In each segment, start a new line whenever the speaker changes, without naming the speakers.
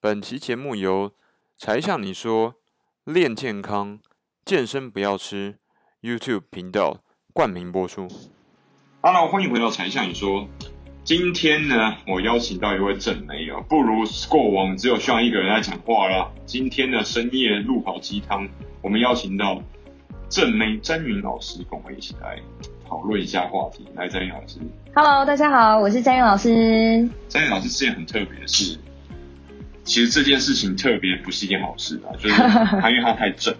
本期节目由才向你说练健康、健身不要吃 YouTube 频道冠名播出。Hello，欢迎回到才向你说。今天呢，我邀请到一位正妹哦，不如过往只有需要一个人来讲话啦。今天的深夜路跑鸡汤，我们邀请到正妹詹云老师跟我们一起来讨论一下话题。来，詹云老师，
Hello，大家好，我是佳韵老师。
詹宇老师之前很特别的是，其实这件事情特别不是一件好事啊， 就是他因为他太正，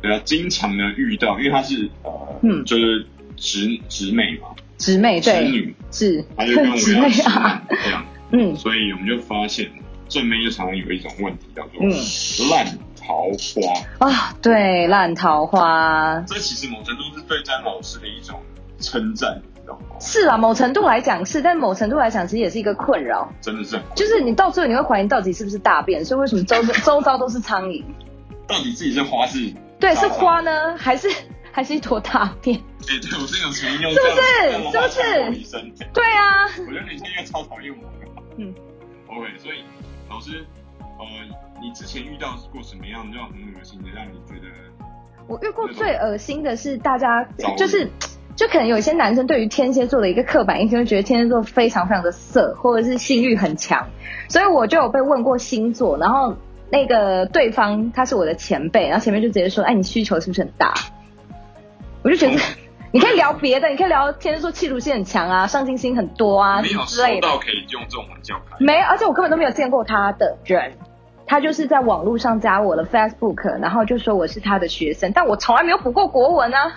对啊，经常呢遇到，因为他是呃，
嗯
就是直直美嘛，
姊妹
直
对，
女，
是
他就跟我
姊
要
妹
直
啊，
男这样，
嗯
所以我们就发现正妹就常常有一种问题叫做
嗯
烂桃花，
啊，对，烂桃花
这其实某程度是对詹老师的一种称赞，你知道吗？
是啊，某程度来讲是，但某程度来讲其实也是一个困扰，
真的是很困
就
扰
是你到最后你会怀疑到底是不是大便，所以为什 么周周遭都是苍蝇？
到底自己是花是。
对，是
大便
花呢，还是还是一坨大便？
哎、对我是有曾经用
是不是
这样的话
是不是
吓我一生
对啊，
我觉得你现在超讨厌我的。
嗯
，OK，所以老师，呃，你之前遇到过什么样让很恶心的，让你觉得
我遇过最恶心的是，大家
遭遇
就是。就可能有一些男生对于天蝎座的一个刻板印象，就觉得天蝎座非常非常的色，或者是性欲很强，所以我就有被问过星座，然后那个对方他是我的前辈，然后前辈就直接说：“哎，你需求是不是很大？”我就觉得、
嗯
你可以聊别的，你可以聊天蝎座企图心很强啊，上进心很多啊
没有
之
收
类的。
到可以用这种玩笑开？
没，而且我根本都没有见过他的人。他就是在网络上加我的 Facebook，然后就说我是他的学生，但我从来没有补过国文啊，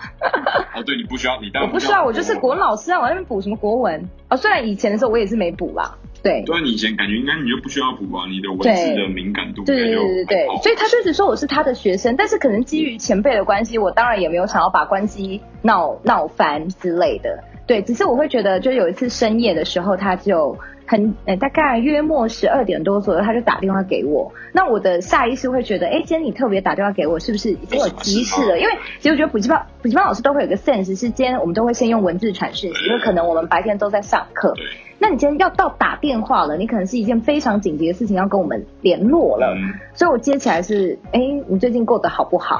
哦，对，你不需要，你当
我
然
不知道，我就是国文。老师啊，我在那边补什么国文啊、哦？虽然以前的时候我也是没补啦，对，
对啊，你以前感觉应该你就不需要补啊，你的文字
对
的敏感度应
对
该
对
就
对对对，所以他确实说我是他的学生，但是可能基于前辈的关系，我当然也没有想要把关系闹闹翻之类的。对，只是我会觉得，就有一次深夜的时候，他就很呃，大概约莫十二点多左右，他就打电话给我。那我的下意识会觉得，哎，今天你特别打电话给我，是不是已经有急事了？因为其实我觉得补习班补习班老师都会有个 sense，是今天我们都会先用文字传讯息，因为可能我们白天都在上课。
对，
那你今天要到打电话了，你可能是一件非常紧急的事情要跟我们联络了。
嗯，
所以我接起来是，哎、你最近过得好不好？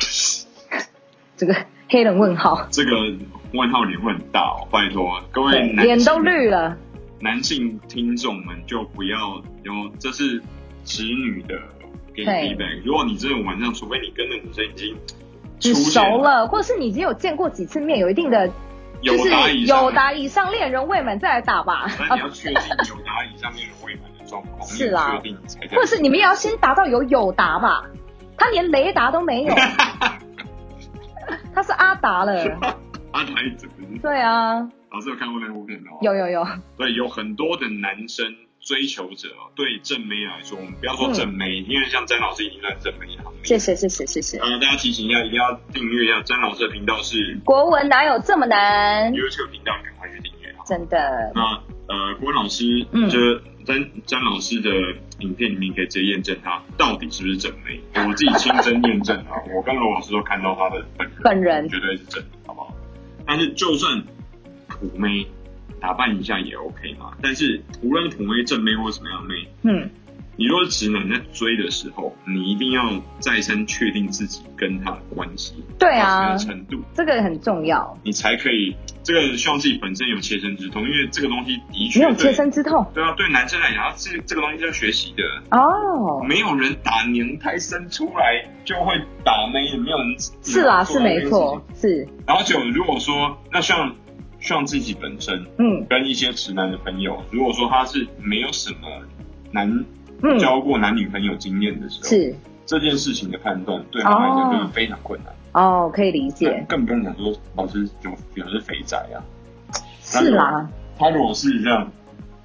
这个黑人问号，
这个问号脸会很大哦，拜托各位
对
男性
脸都绿了。
男性听众们就不要有，这是直女的给你
对
feedback。如果你这种晚上，除非你跟那女生已经
你
出
熟
现
了，或者是你已经有见过几次面，有一定的
有
就是
达以上
有
面，
达以上恋人未满再来打 吧，
但你要确定有达以上面的未满的状况，
是
你
啦
要确定你才
或者是你们也要先达到有有达吧，他连雷达都 没有，他是阿达了。
阿达啊一直不是
对啊，
老师有看过那个影片哦，
有有有，
对，有很多的男生追求者哦对正妹来说，我们不要说
嗯
正妹，因为像詹老师已经在正妹行列。
谢谢谢谢谢谢。
呃，大家提醒一下，一定要订阅一下詹老师的频道是
国文哪有这么难？
YouTube 频道，赶快去订阅啊！
真的，
那呃，郭老师，
嗯
就是詹詹老师的影片里面可以直接验证他到底是不是正妹。我自己亲身验证啊， 我跟罗老师都看到他的本人，
本人
绝对是正的，好不好？但是就算普妹打扮一下也 OK 嘛。但是无论普妹、正妹或什么样的妹，
嗯，
你若是直男在追的时候，你一定要再三确定自己跟他的关系
对
到
啊
什么，程度，
这个很重要，
你才可以这个希望自己本身有切身之痛，因为这个东西的确
没有
对
切身之痛。
对啊，对男生来讲，这这个东西是要学习的。
哦，
没有人打娘胎生出来就会打妹，也没有人
是啦，是
做到这
没
件
错
事，
是，
情。然后就如果说，那像像自己本身
嗯
跟一些直男的朋友，如果说他是没有什么男
嗯，
交过男女朋友经验的时候，
是，
这件事情的判断对他来讲就是非常困难。
哦，可以理
更
解，
更不用讲说老师有有的是肥宅啊，
是啦，
他如果是这样，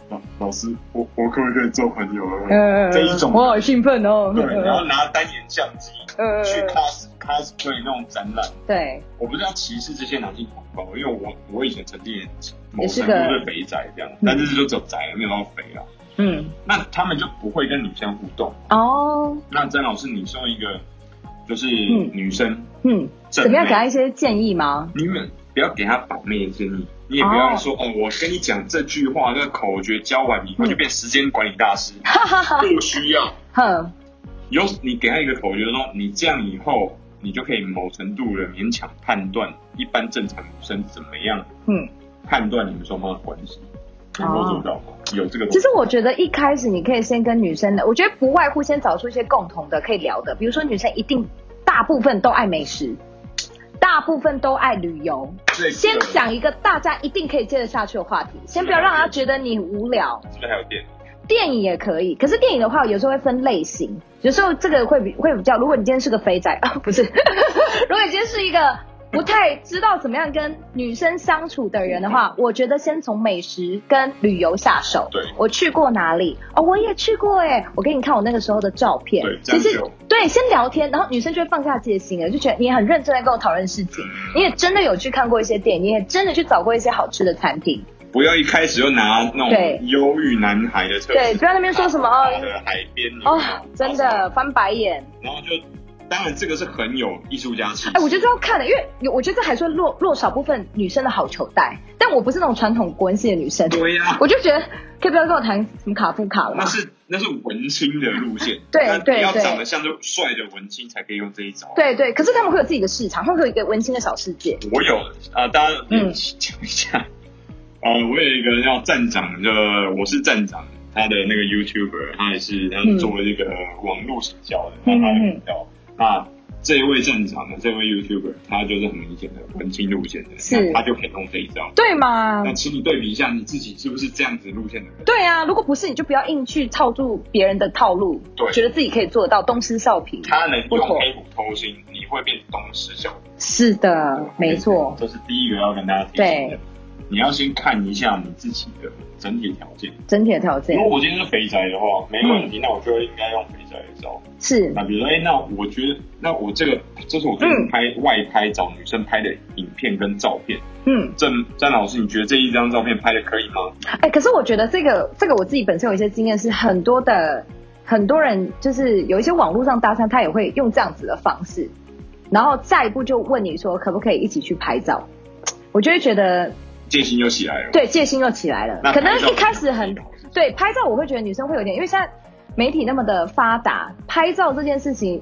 老老师，我我可不可以做朋友了？
嗯，
这一种
我好兴奋哦，
对，然后拿单眼相机
呃
去 cos cosplay 那种展览。
对，
我不是要歧视这些男性同胞，因为我我以前曾经也某
也是
程
个
度是肥宅这样，但是就走宅没有到肥啊。
嗯，
那他们就不会跟女生互动。
哦，
那詹老师，你身为一个就是
嗯
女生，
嗯，
正
怎么样给他
妹，
一些建议吗？
你们不要给他反面的建议，你也不要说、哦、哦，我跟你讲这句话，那个口诀教完以后就变时间管理大 师，不需要。
哼，
有你给他一个口诀说，你这样以后，你就可以某程度的勉强判断一般正常女生怎么样
嗯，
判断你们双方的关系，能够做到
哦
吗？有这个东
其
西
实我觉得一开始你可以先跟女生的，我觉得不外乎先找出一些共同的可以聊的，比如说女生一定大部分都爱美食，大部分都爱旅游，
这个
先想一个大家一定可以接得下去的话题，先不要让她觉得你无聊。
是不是还有电？
电影也可以，可是电影的话，有时候会分类型，有时候这个会比会比较，如果你今天是个肥仔 啊，不是，如果你今天是一个不太知道怎么样跟女生相处的人的话，我觉得先从美食跟旅游下手。
对
我去过哪里？哦，我也去过哎，我给你看我那个时候的照片。
对这
其
样
实
就
对，先聊天，然后女生就会放下戒心了，就觉得你很认真的跟我讨论事情，你也真的有去看过一些电影，你也真的去找过一些好吃的餐厅。
不要一开始就拿那
对
种忧郁男孩的特质，
对，不要那边说什么哦
的海边
哦，真，的翻白眼。
然后就当然这个是很有艺术家气质，
哎、我觉得这要看的，因为有我觉得这还算落落少部分女生的好球带，但我不是那种传统国文系的女生，
对呀、
我就觉得可以不要跟我谈什么卡夫卡了
那
吗？
是那是文青的路线，
对
那
对
你要
对
长得像就帅的文青才可以用这一招。，
对对，可是他们会有自己的市场，他们会有一个文青的小世界。
我有啊、呃大家
嗯
讲一下，呃，我有一个叫站长的，我是站长，他的那个 YouTuber，他也是他是做这个网络行销的，
嗯
那他的
嗯嗯
频道，那这一位站长呢，这位 YouTuber，他就是很明显的文青路线的，
是
那他就可以用这一招。
对吗
那？请你对比一下，你自己是不是这样子路线的人？
对啊，如果不是，你就不要硬去套住别人的套路，
对
觉得自己可以做得到东施效颦。
他能
不
用
错
黑虎偷心，你会变东施效颦。
是的，嗯没错，
这是第一个要跟大家提醒的。你要先看一下你自己的整体条件。
整体的条件
如果我今天是肥宅的话，没问
嗯
题，那我就应该用肥宅的招。
是
那比如说，哎、那我觉得，那我这个，这是我最近拍、外拍找女生拍的影片跟照片。
嗯。
郑詹老师，你觉得这一张照片拍的可以吗？
哎、可是我觉得这个这个我自己本身有一些经验，是很多的很多人就是有一些网络上搭讪，他也会用这样子的方式，然后下一步就问你说可不可以一起去拍照，我就会觉得
戒心又起来了。，
对戒心又起来了
那，
可能
拍照
一开始很
就可以了
对拍照，我会觉得女生会有点，因为现在媒体那么的发达，拍照这件事情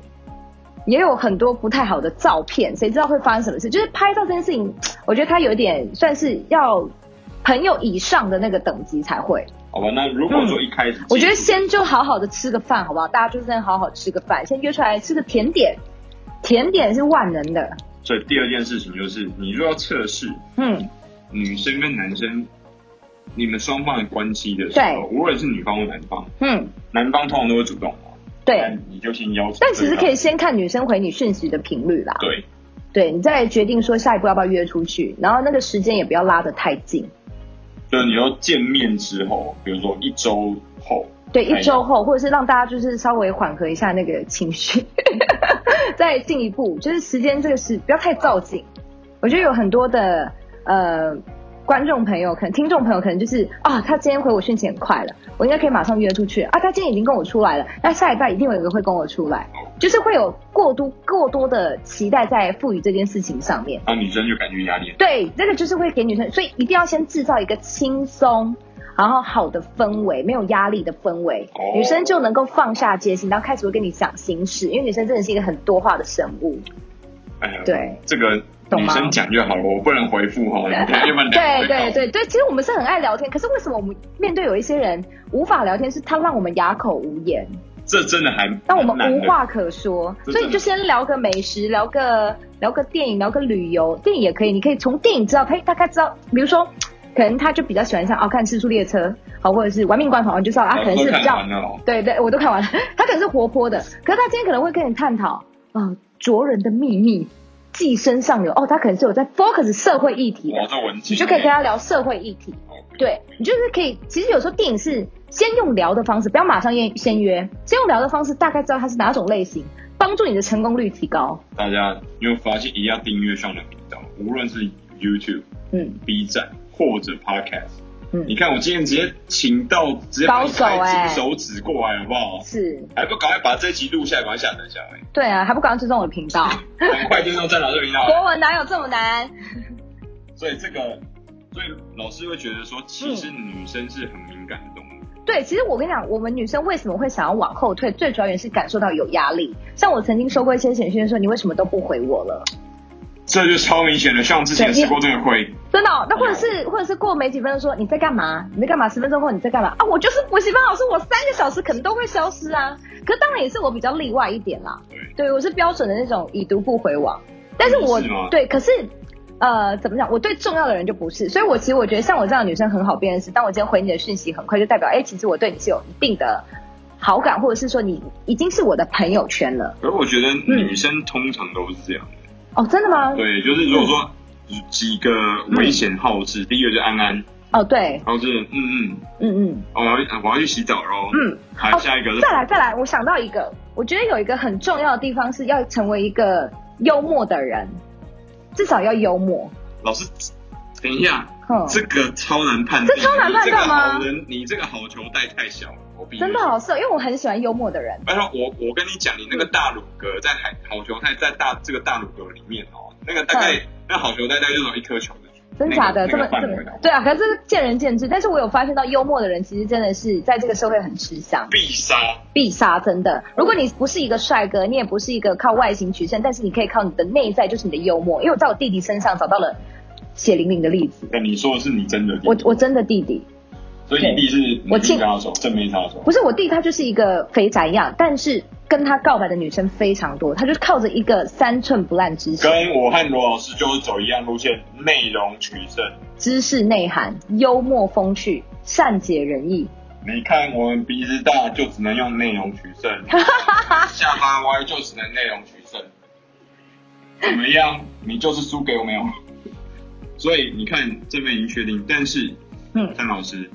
也有很多不太好的照片，谁知道会发生什么事？就是拍照这件事情，我觉得它有点算是要朋友以上的那个等级才会。
好吧，那如果说一开始、
嗯我觉得先就好好的吃个饭，好不好？大家就真的好好吃个饭，先约出来吃个甜点，甜点是万能的。
所以第二件事情就是，你若要测试
嗯，
女生跟男生你们双方的关系的时候，无论是女方或男方，
嗯，
男方通常都会主动嘛，
对。
但你就先邀请对方。
但其实可以先看女生回你讯息的频率啦，
对，
对你再决定说下一步要不要约出去，然后那个时间也不要拉得太近，
就是你要见面之后，比如说一周后，
对，
哎呀
一周后或者是让大家就是稍微缓和一下那个情绪， 再进一步，就是时间这个事不要太造进。我觉得有很多的呃观众朋友，可能听众朋友可能就是啊，他今天回我讯息很快了，我应该可以马上约出去啊，他今天已经跟我出来了，那下礼拜一定有一个会跟我出来，就是会有过多过多的期待在赋予这件事情上面。
那女生就感觉压力很大。
对，这个就是会给女生，所以一定要先制造一个轻松，然后好的氛围，没有压力的氛围，
哦
女生就能够放下戒心，然后开始会跟你讲心事，因为女生真的是一个很多话的生物。
哎呀，
对，
这个
懂
女
吗
生讲就好了，我不能 回复哈，你看要不然两
对
个人
对对对，其实我们是很爱聊天，可是为什么我们面对有一些人无法聊天，是他让我们哑口无言，
这真的还
让我们
蛮难
无
的。
话可说，
这
所以
真的
就先聊个美食，聊个聊个电影，聊个旅游，电影也可以，你可以从电影知道他大概知道，比如说。可能他就比较喜欢像哦看《失速列车》好，或者是《玩命关头》，你就知道他
我
可能
都
是比
看
较
完了哦，
对对，我都看完了。 他可能是活泼的，可是他今天可能会跟你探讨，呃，卓人的秘密、寄生上流。哦，他可能是有在 focus 社会议题
哇，
的，
这文青
你就可以跟他聊社会议题。
哦
对你就是可以，其实有时候电影是先用聊的方式，不要马上约先约，先用聊的方式大概知道它是哪种类型，帮助你的成功率提高。
大家你会发现一定要订阅上的频道，无论是 YouTube、
嗯
B 站或者 Podcast。你
嗯，
看，我今天直接请到直接
高手
哎，
哎
金手指过来好不好？
是
还不赶快把这集录下来，赶快下载下来，
对啊，还不赶快追踪我的频道？
赶快就上战狼这频道。
国文哪有这么难？
所以这个，所以老师会觉得说，其实女生是很敏感的动物。
对，其实我跟你讲，我们女生为什么会想要往后退，最主要也是感受到有压力。像我曾经收过一些简讯说，你为什么都不回我了？
这就超明显的，像之前吃过这个亏，
真的、哦。那或者是、嗯、或者是过没几分钟说你在干嘛？你在干嘛？十分钟后你在干嘛？啊，我就是补习班老师，我三个小时可能都会消失啊。可当然也是我比较例外一点啦。对，对我是标准的那种已读不回网，但是啊我对，可是呃，怎么讲？我对重要的人就不是，所以我其实我觉得像我这样的女生很好辨认识。当我今天回你的讯息，很快就代表，哎，其实我对你是有一定的。好感，或者是说你已经是我的朋友圈了。
可是我觉得女生通常都是这样。
哦，真的吗？
对，就是如果说几个危险号志，第一个就安安。
哦，对。
然后是嗯嗯
嗯嗯，
我要我要去洗澡喽。
嗯，
好，下一个
再来再来，我想到一个，我觉得有一个很重要的地方是要成为一个幽默的人，至少要幽默。
老师，等一下，这个哦超难判，
这超难判断吗？
你这个好球带太小。
真
哦
的好色，因为我很喜欢幽默的人。
而且哎我我跟你讲，你那
嗯
个大乳格在海好球袋在大这个大乳格里面哦，那个大概、嗯、那好球袋大概就是一颗球的。
真假的？
这么
这么对啊，可是见仁见智。但是我有发现到，幽默的人其实真的是在这个社会很吃香，
必杀
必杀，真的。如果你不是一个帅哥，你也不是一个靠外形取胜，但是你可以靠你的内在，就是你的幽默。因为我在我弟弟身上找到了血淋淋的例子。
那你说的是你真的弟弟？
我我真的弟弟。
所以你弟是我弟杀手，正面杀手。
不是我弟，他就是一个肥宅样，但是跟他告白的女生非常多，他就是靠着一个三寸不烂之舌。
跟我和罗老师就是走一样路线，内容取胜，
知识内涵，幽默风趣，善解人意。
你看我们鼻子大就只能用内容取胜，下巴歪就只能内容取胜，怎么样？你就是输给我没有？所以你看正面已经确定，但是嗯，张老师。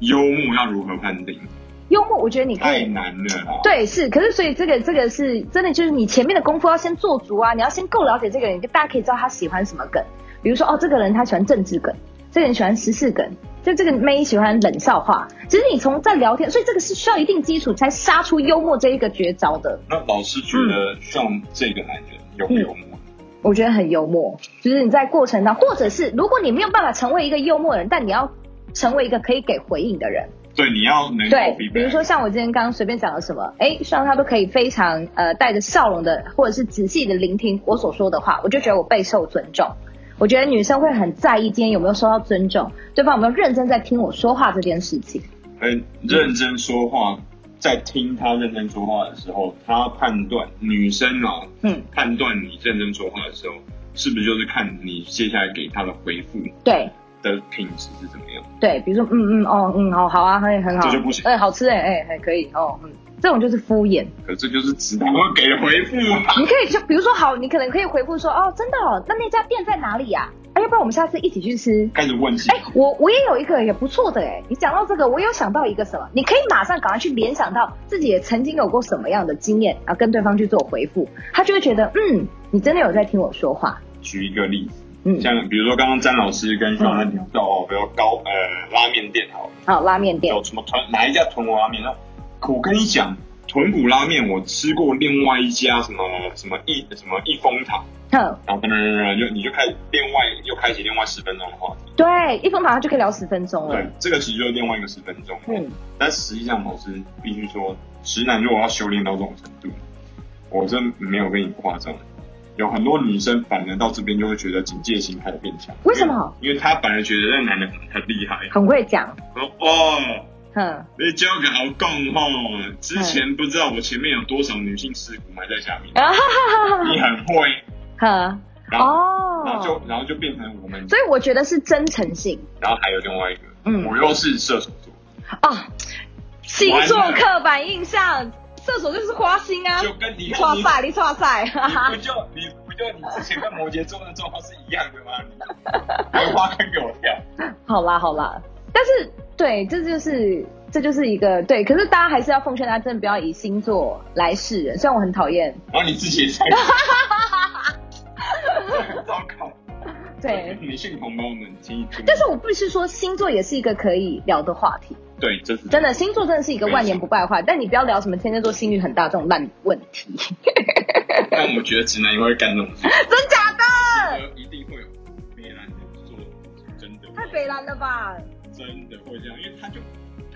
幽默要如何判定？
幽默，我觉得你
太难了啦。
对，是，可是所以这个这个是真的，就是你前面的功夫要先做足啊，你要先够了解这个人，大家可以知道他喜欢什么梗。比如说，哦，这个人他喜欢政治梗，这个人喜欢时事梗，就这个妹喜欢冷笑话。其实你从在聊天，所以这个是需要一定基础才杀出幽默这一个绝招的。
那老师觉得像这个男人有幽默？嗯
我觉得很幽默，就是你在过程当中，或者是如果你没有办法成为一个幽默的人，但你要。成为一个可以给回应的人，
对，你要能
对，比如说像我今天刚刚随便讲了什么，哎，希望他都可以非常呃带着笑容的，或者是仔细的聆听我所说的话，我就觉得我备受尊重。我觉得女生会很在意今天有没有受到尊重，对方有没有认真在听我说话这件事情。
嗯，认真说话，在听他认真说话的时候，他判断女生啊，嗯，判断你认真说话的时候，是不是就是看你接下来给他的回复？
对。
的品质是怎么样？
对，比如说，嗯嗯，哦，嗯，哦，好啊，很很好，
这就不行。
哎、欸，好吃、欸，哎、欸、哎，还可以，哦，嗯，这种就是敷衍。
可这就是直男会给的回复、啊。
你可以就比如说，好，你可能可以回复说，哦，真的、哦，那那家店在哪里呀、啊？哎、啊，要不然我们下次一起去吃。
开始问起。
哎，我我也有一个也不错的哎，你讲到这个，我有想到一个什么，你可以马上赶快去联想到自己也曾经有过什么样的经验，然后跟对方去做回复，他就会觉得，嗯，你真的有在听我说话。嗯
举一个例子。像比如说刚刚詹老师跟小安聊到哦，比如高呃拉面店好了，
好、哦、拉面店
有什么豚哪一家豚骨拉面？那我跟你讲，豚骨拉面我吃过另外一家什么什么一什么一风堂，
嗯，
然后等等等等，就你就开另外又开启另外十分钟的话题，
对，一风堂它就可以聊十分钟了，
对，这个其实就是另外一个十分钟，嗯，但实际上老师必须说，直男如果要修炼到这种程度，我真没有跟你夸张。有很多女生反而到这边就会觉得警戒心开始变强，
为什么？
因为她反而觉得那男的很厉害，
很会讲。
说哦，
嗯，
你交给好共哦，之前不知道我前面有多少女性尸骨埋在下面，
嗯
你很会，
呵，
然后、哦、然后就然后就变成我们，
所以我觉得是真诚性。
然后还有另外一个，嗯，我又是射手座，
哦，星座刻板印象。射手就是花心啊，
就跟你
哇塞，你哇塞，
你不就你不就你之前跟摩羯座的状况是一样的吗？你还挖坑给我跳？
好啦好啦，但是对，这就是这就是一个对，可是大家还是要奉劝大家，真的不要以星座来示人。虽然我很讨厌，
然后你自 己也糟糕。
对，
女性同胞们，请。
但是我必须说，星座也是一个可以聊的话题。
对，这是
真的，星座真的是一个万年不败的话题。但你不要聊什么天蝎座心率很大这种烂问题。
但我觉得直男也会干这种事。
真假的？
一定会有别人做
北蓝了吧？
真的会这样，因为他就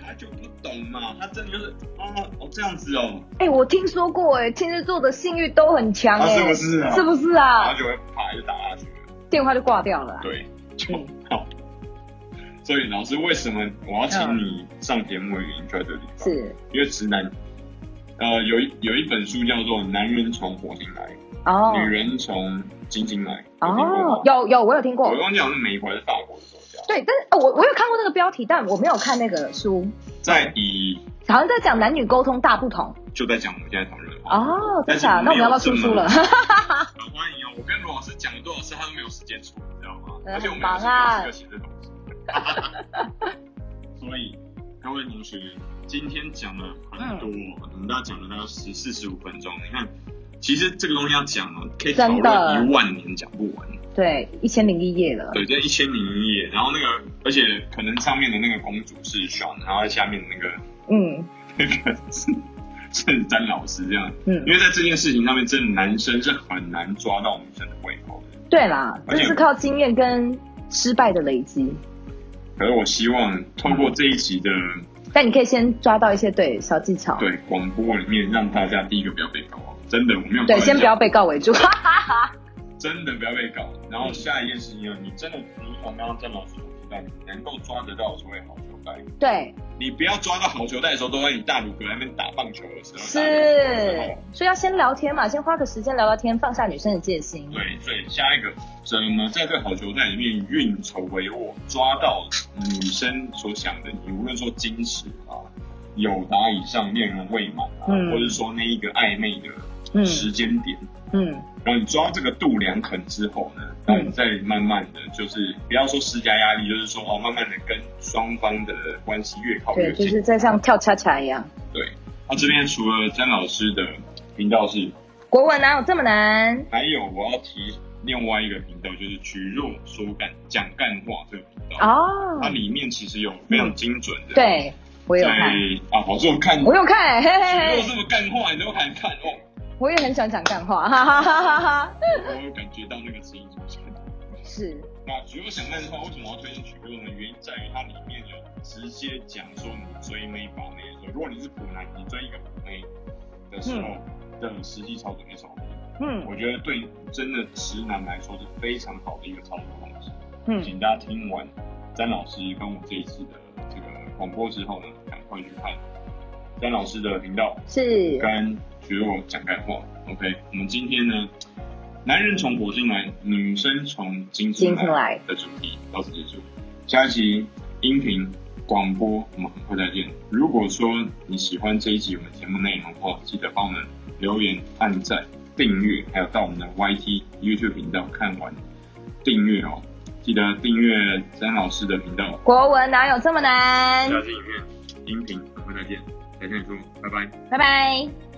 他就不懂嘛，他真的就是哦哦这样子哦，
哎、我听说过、哎，天蝎座的性欲都很强、
他
哎、
是不是啊？
是不是
然后
啊？
就会啪就打下去了，
电话就挂掉了啊、
对，就
嗯
好。所以老师，为什么我要请你上节目的原因就在这里吧？
是
因为直男，呃，有一有一本书叫做《男人从火星来，
哦
女人从金星来》，有听过
哦
吗，？
有有，我有听过
我。忘记好像是美国还是法国的作家，
对，但是、哦、我我有看过那个标题，但我没有看那个书，
在以
好像在讲男女沟通大不同
就在讲我们现在讨论的话题
哦，真
但是
的啊、那我们要不要
没
出
有
书
这么
了？
很欢迎哦！我跟罗老师讲了多少次，他都没有时间出，你知道吗？
嗯
而且我们
很忙啊
有时间写这东西。 所以各位同学，今天讲了很多，
嗯
我们大概讲了大概十四十五分钟。你看，其实这个东西要讲哦，可以讨
真的
论一万年讲不完。
对，一千零一夜了。
对，这一千零一夜，然后那个，而且可能上面的那个公主是 Sean，然后下面的那个
嗯
那个是是詹老师这样。
嗯
因，为在这件事情上面，真的男生是很难抓到女生的胃口的。
对啦，
而
这
且
是靠经验跟失败的累积。
可是我希望透过这一集的
但你可以先抓到一些对小技巧，
对广播里面，让大家第一个不要被告啊，真的我没有开
对，
玩笑
先不要被告 为主。
真的不要被告。然后下一件事情呢，你真的如同刚刚郑老师所提到，你能够抓得到所谓好球带，
对，
你不要抓到好球带的时候都在你大鲁哥那边打棒球的时候，打篮球的时
是
候，
所以要先聊天嘛，先花个时间聊聊天，放下女生的戒心。
对，所以下一个怎么在这个好球带里面运筹帷幄，抓到女生所想的？你无论说矜持啊，有达以上恋人未满啊，
嗯
或者说那一个暧昧的
嗯
时间点，
嗯，
然后你抓这个度量衡之后呢，然后你再慢慢的就是不要说施加压力，就是说哦，慢慢的跟双方的关系越靠
对，
越
就
近。
是在像跳恰恰一样。
那这边除了詹老师的频道是，
国文哪有这么难？
还有我要提另外一个频道，就是曲若说干讲干话这个频道。
哦，
它里面其实有非常精准的，
对，我有
在
看，
啊，老师我看，
我有看，嘿
如
嘿
果
嘿，
这么干话，你都还看哦，
我也很喜欢讲干话，哈哈哈哈哈。
我有感觉到那个声音出现。
是，
那如果想干话，为什么要推荐曲六呢？原因在于它里面有直接讲说你追妹把妹的时候，如果你是普男，你追一个普妹的时候的实际操作跟手法，
嗯
我觉得对真的直男来说是非常好的一个操作方式。
嗯，
请大家听完詹老师跟我这一次的这个广播之后呢，赶快去看詹老师的频道，
是，
跟学我讲干话。OK，我们今天呢，男人从火星来，女生从金星
金星来
的主题到此结束。下一期音频广播我们很快再见。如果说你喜欢这一集我们节目内容的话，记得帮我们留言、按赞、订阅，还有到我们的 YT、YouTube 频道看完订阅哦。记得订阅詹老师的频道。哦
国文哪有这么难？
下期影片音频很快再见，感谢你收听，拜拜。
拜拜。